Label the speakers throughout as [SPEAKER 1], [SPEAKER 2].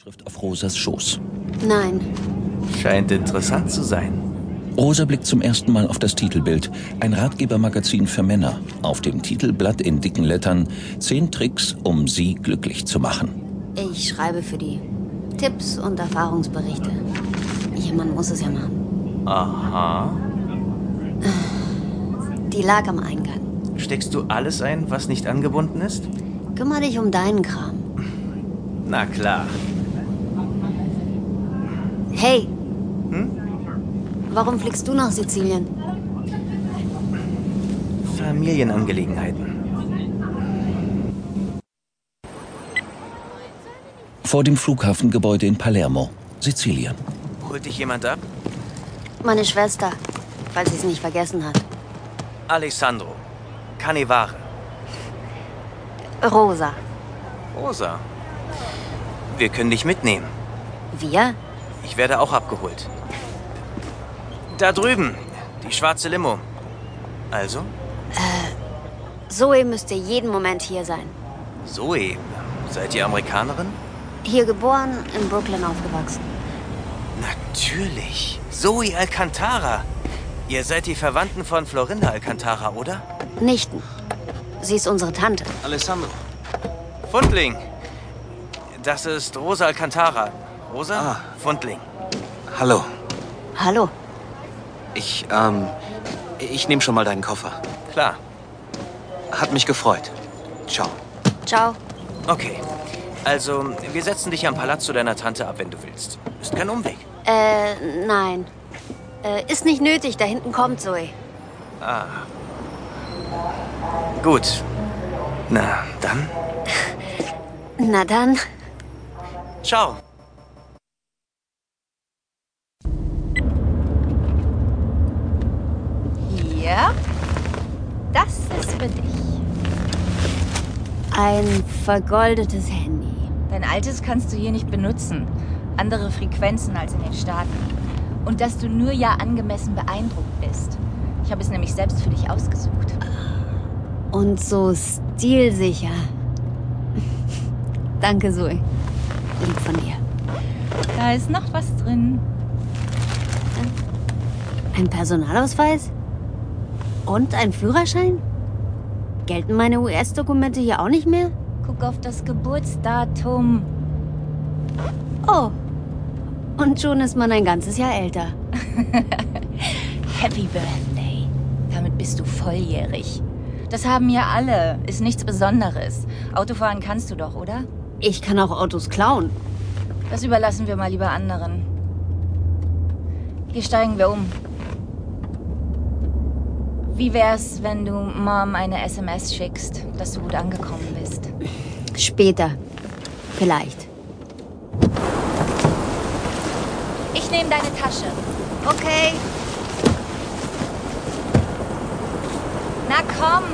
[SPEAKER 1] Handschrift auf Rosas Schoß.
[SPEAKER 2] Nein.
[SPEAKER 3] Scheint interessant zu sein.
[SPEAKER 1] Rosa blickt zum ersten Mal auf das Titelbild, ein Ratgebermagazin für Männer. Auf dem Titelblatt in dicken Lettern zehn Tricks, um sie glücklich zu machen.
[SPEAKER 2] Ich schreibe für die Tipps und Erfahrungsberichte. Jemand muss es ja machen.
[SPEAKER 3] Aha.
[SPEAKER 2] Die lag am Eingang.
[SPEAKER 3] Steckst du alles ein, was nicht angebunden ist?
[SPEAKER 2] Kümmer dich um deinen Kram.
[SPEAKER 3] Na klar.
[SPEAKER 2] Hey! Warum fliegst du nach Sizilien?
[SPEAKER 3] Familienangelegenheiten.
[SPEAKER 1] Vor dem Flughafengebäude in Palermo, Sizilien.
[SPEAKER 3] Holt dich jemand ab?
[SPEAKER 2] Meine Schwester, falls sie es nicht vergessen hat.
[SPEAKER 3] Alessandro. Cannevare.
[SPEAKER 2] Rosa.
[SPEAKER 3] Rosa. Wir können dich mitnehmen.
[SPEAKER 2] Wir?
[SPEAKER 3] Ich werde auch abgeholt. Da drüben. Die schwarze Limo. Also?
[SPEAKER 2] Zoe müsste jeden Moment hier sein.
[SPEAKER 3] Zoe. Seid ihr Amerikanerin?
[SPEAKER 2] Hier geboren, in Brooklyn aufgewachsen.
[SPEAKER 3] Natürlich. Zoe Alcantara. Ihr seid die Verwandten von Florinda Alcantara, oder?
[SPEAKER 2] Nichten. Sie ist unsere Tante.
[SPEAKER 3] Alessandro. Fundling. Das ist Rosa Alcantara. Rosa? Fundling.
[SPEAKER 4] Hallo.
[SPEAKER 2] Hallo.
[SPEAKER 4] Ich, ähm, ich nehme schon mal deinen Koffer.
[SPEAKER 3] Klar.
[SPEAKER 4] Hat mich gefreut. Ciao.
[SPEAKER 2] Ciao.
[SPEAKER 3] Okay. Also, wir setzen dich am Palazzo deiner Tante ab, wenn du willst. Ist kein Umweg.
[SPEAKER 2] Äh, nein. Äh, ist nicht nötig, da hinten kommt Zoe.
[SPEAKER 3] Gut. Na, dann.
[SPEAKER 2] Na dann.
[SPEAKER 3] Ciao.
[SPEAKER 5] Hier. Das ist für dich.
[SPEAKER 2] Ein vergoldetes Handy.
[SPEAKER 5] Dein altes kannst du hier nicht benutzen. Andere Frequenzen als in den Staaten. Und dass du nur ja angemessen beeindruckt bist. Ich habe es nämlich selbst für dich ausgesucht.
[SPEAKER 2] Und so stilsicher. Danke, Zoe. Lieb von dir.
[SPEAKER 5] Da ist noch was drin.
[SPEAKER 2] Ein Personalausweis? Und ein Führerschein? Gelten meine US-Dokumente hier auch nicht mehr?
[SPEAKER 5] Guck auf das Geburtsdatum.
[SPEAKER 2] Oh. Und schon ist man ein ganzes Jahr älter.
[SPEAKER 5] Happy Birthday. Damit bist du volljährig. Das haben ja alle. Ist nichts Besonderes. Autofahren kannst du doch, oder?
[SPEAKER 2] Ich kann auch Autos klauen.
[SPEAKER 5] Das überlassen wir mal lieber anderen. Hier steigen wir um. Wie wär's, wenn du Mom eine SMS schickst, dass du gut angekommen bist?
[SPEAKER 2] Später. Vielleicht.
[SPEAKER 5] Ich nehme deine Tasche.
[SPEAKER 2] Okay.
[SPEAKER 5] Na komm,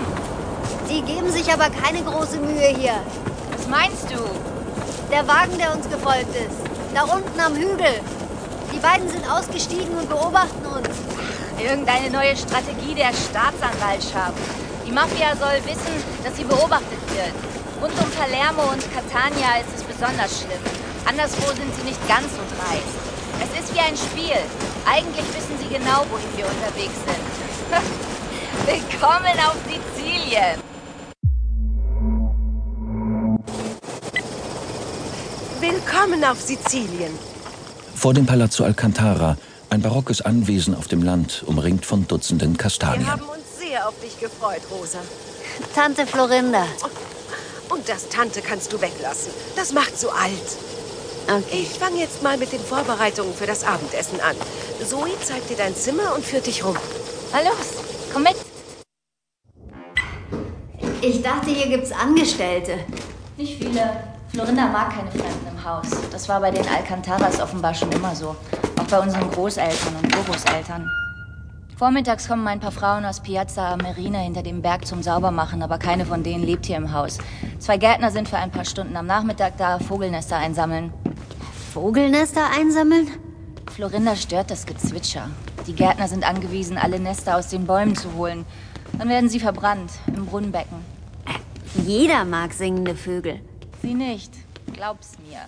[SPEAKER 2] Die geben sich aber keine große Mühe hier.
[SPEAKER 5] was meinst du?
[SPEAKER 2] Der Wagen, der uns gefolgt ist. Da unten am Hügel. Die beiden sind ausgestiegen und beobachten uns.
[SPEAKER 5] Irgendeine neue Strategie der Staatsanwaltschaft. Die Mafia soll wissen, dass sie beobachtet wird. Rund um Palermo und Catania ist es besonders schlimm. Anderswo sind sie nicht ganz so dreist. Es ist wie ein Spiel. Eigentlich wissen sie genau, wohin wir unterwegs sind. Willkommen auf Sizilien.
[SPEAKER 6] Willkommen auf Sizilien.
[SPEAKER 1] Vor dem Palazzo Alcantara, ein barockes Anwesen auf dem Land, umringt von Dutzenden
[SPEAKER 6] Wir
[SPEAKER 1] Kastanien.
[SPEAKER 6] haben uns sehr auf dich gefreut, Rosa.
[SPEAKER 2] Tante Florinda.
[SPEAKER 6] Und das Tante kannst du weglassen. Das macht so alt.
[SPEAKER 2] Okay.
[SPEAKER 6] Ich fange jetzt mal mit den Vorbereitungen für das Abendessen an. Zoe zeigt dir dein Zimmer und führt dich rum.
[SPEAKER 5] Na los, komm mit.
[SPEAKER 2] Ich dachte, hier gibt's Angestellte.
[SPEAKER 5] Nicht viele. Florinda mag keine Fremden im Haus. Das war bei den Alcantaras offenbar schon immer so. Auch bei unseren Großeltern und Urgroßeltern. Vormittags kommen ein paar Frauen aus Piazza Merina hinter dem Berg zum Saubermachen, aber keine von denen lebt hier im Haus. Zwei Gärtner sind für ein paar Stunden am Nachmittag da, Vogelnester einsammeln.
[SPEAKER 2] Vogelnester einsammeln?
[SPEAKER 5] Florinda stört das Gezwitscher. Die Gärtner sind angewiesen, alle Nester aus den Bäumen zu holen. Dann werden sie verbrannt im Brunnenbecken.
[SPEAKER 2] Jeder mag singende Vögel.
[SPEAKER 5] Sie nicht. Glaub's mir.